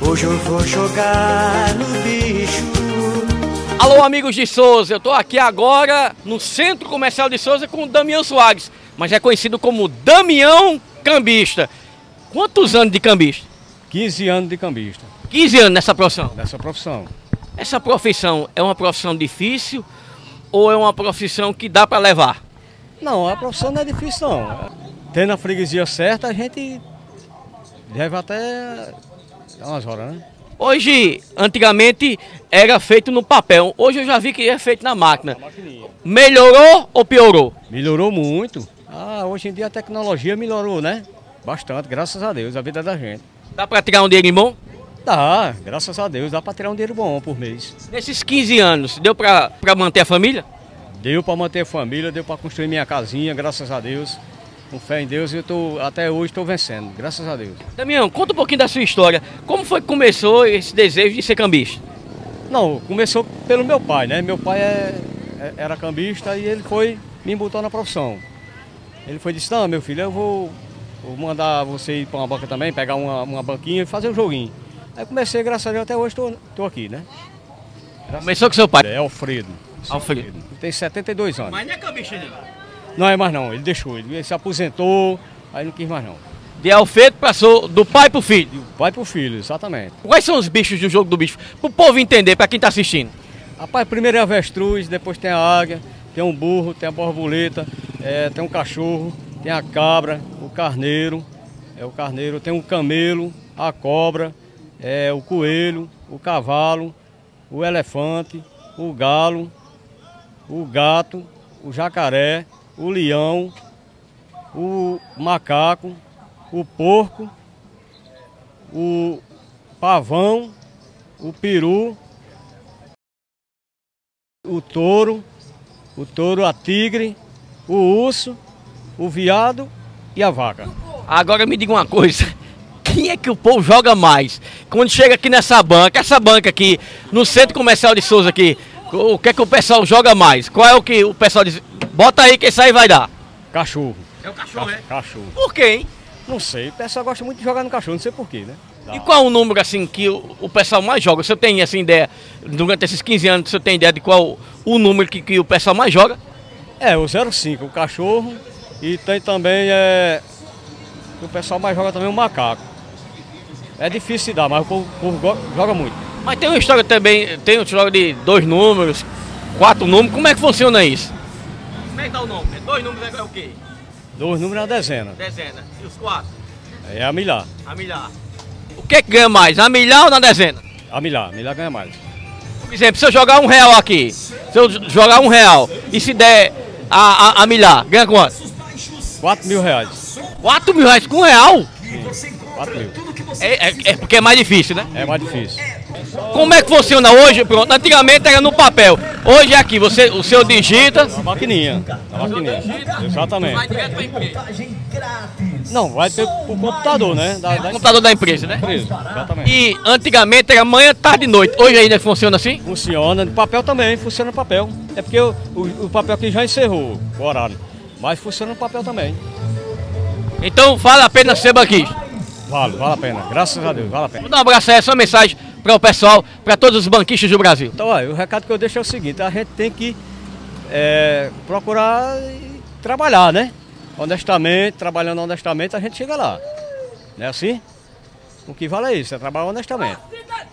Hoje eu vou jogar no bicho. Alô, amigos de Souza, eu tô aqui agora no Centro Comercial de Souza com o Damião Soares, mas é conhecido como Damião Cambista. Quantos anos de cambista? 15 anos de cambista 15 anos nessa profissão. dessa profissão. Essa profissão é uma profissão difícil ou é uma profissão que dá pra levar? Não, a profissão não é difícil não. Tendo a freguesia certa, a gente leva até umas horas, né? Hoje, antigamente era feito no papel, hoje eu já vi que é feito na máquina. Melhorou ou piorou? Melhorou muito. Ah, hoje em dia a tecnologia melhorou, né? Bastante, graças a Deus, a vida da gente. Dá pra tirar um dinheirinho bom? Dá, graças a Deus, dá pra tirar um dinheiro bom por mês. Nesses 15 anos, deu pra, pra manter a família? Deu pra manter a família, deu pra construir minha casinha, graças a Deus. Com fé em Deus, eu tô, até hoje estou vencendo, graças a Deus. Damião, conta um pouquinho da sua história. Como foi que começou esse desejo de ser cambista? Não, começou pelo meu pai, né? Meu pai é- é- era cambista e ele foi, me botou na profissão. Ele foi e disse, não, meu filho, eu vou, vou mandar você ir para uma banca também, pegar uma, uma banquinha e fazer um joguinho. Aí comecei, graças a Deus, até hoje estou aqui, né? Começou com seu pai. É Alfredo. Alfredo. Tem 72 anos. não é cambista, não. Não é mais não, ele deixou, ele se aposentou, aí não quis mais não. De Alfredo passou do pai pro filho. Vai pro filho, exatamente. Quais são os bichos do jogo do bicho? Pro povo entender, pra quem tá assistindo. Rapaz, primeiro é a avestruz, depois tem a águia, tem um burro, tem a borboleta, é, tem um cachorro, tem a cabra, o carneiro, é o carneiro, tem o camelo, a cobra, é, o coelho, o cavalo, o elefante, o galo, o gato, o jacaré, o leão, o macaco, o porco, o pavão, o peru, o touro, o touro, a tigre, o urso, o viado e a vaca. Agora me diga uma coisa. Quem é que o povo joga mais? Quando chega aqui nessa banca, essa banca aqui, no centro comercial de Souza aqui, o que é que o pessoal joga mais? Qual é o que o pessoal diz? Bota aí que isso aí vai dar. Cachorro. É o cachorro, é? Cachorro. Por quê, hein? Não sei, o pessoal gosta muito de jogar no cachorro, não sei porquê, né? E qual o número assim que o, o pessoal mais joga? Você tem assim ideia, durante esses 15 anos, você tem ideia de qual o número que, que o pessoal mais joga? É, o 05, o cachorro, e tem também, é, o pessoal mais joga também o macaco. É difícil de dar, mas o povo, o povo go- joga muito. Mas tem uma história também, tem uma história de dois números, quatro números, como é que funciona isso? Como é que dá o nome? Dois números é o quê? Dois números na dezena, Dezena. E os quatro? é a milhar. A milhar. O que, que ganha mais? A milhar ou na dezena? A milhar, a milhar ganha mais. Por exemplo, se eu jogar um real aqui, se eu j- jogar um real e se der a, a, a milhar, ganha quanto? 4 mil reais. Quatro mil reais com um real? 4 mil. É- é- é porque é mais difícil, né? É mais difícil. Como é que funciona hoje? Pronto, antigamente era no papel. Hoje é aqui, você, o seu digita. Na maquininha. Na maquininha. Exatamente. direto para empresa. Não, vai ter pro computador, né? Da, da Computador da empresa, né? empresa. Exatamente. E antigamente era manhã, tarde e noite. Hoje ainda funciona assim? Funciona, no papel também, funciona no papel. É porque o, o, o papel aqui já encerrou o horário. Mas funciona no papel também. Então vale a pena ser banquista. Vale, vale a pena. Graças a Deus, vale a pena. Manda um abraço aí, essa mensagem para o pessoal, para todos os banquistas do Brasil. Então, olha, o recado que eu deixo é o seguinte, a gente tem que é, procurar e trabalhar, né? Honestamente, trabalhando honestamente, a gente chega lá. Não é assim? O que vale é isso, é trabalhar honestamente.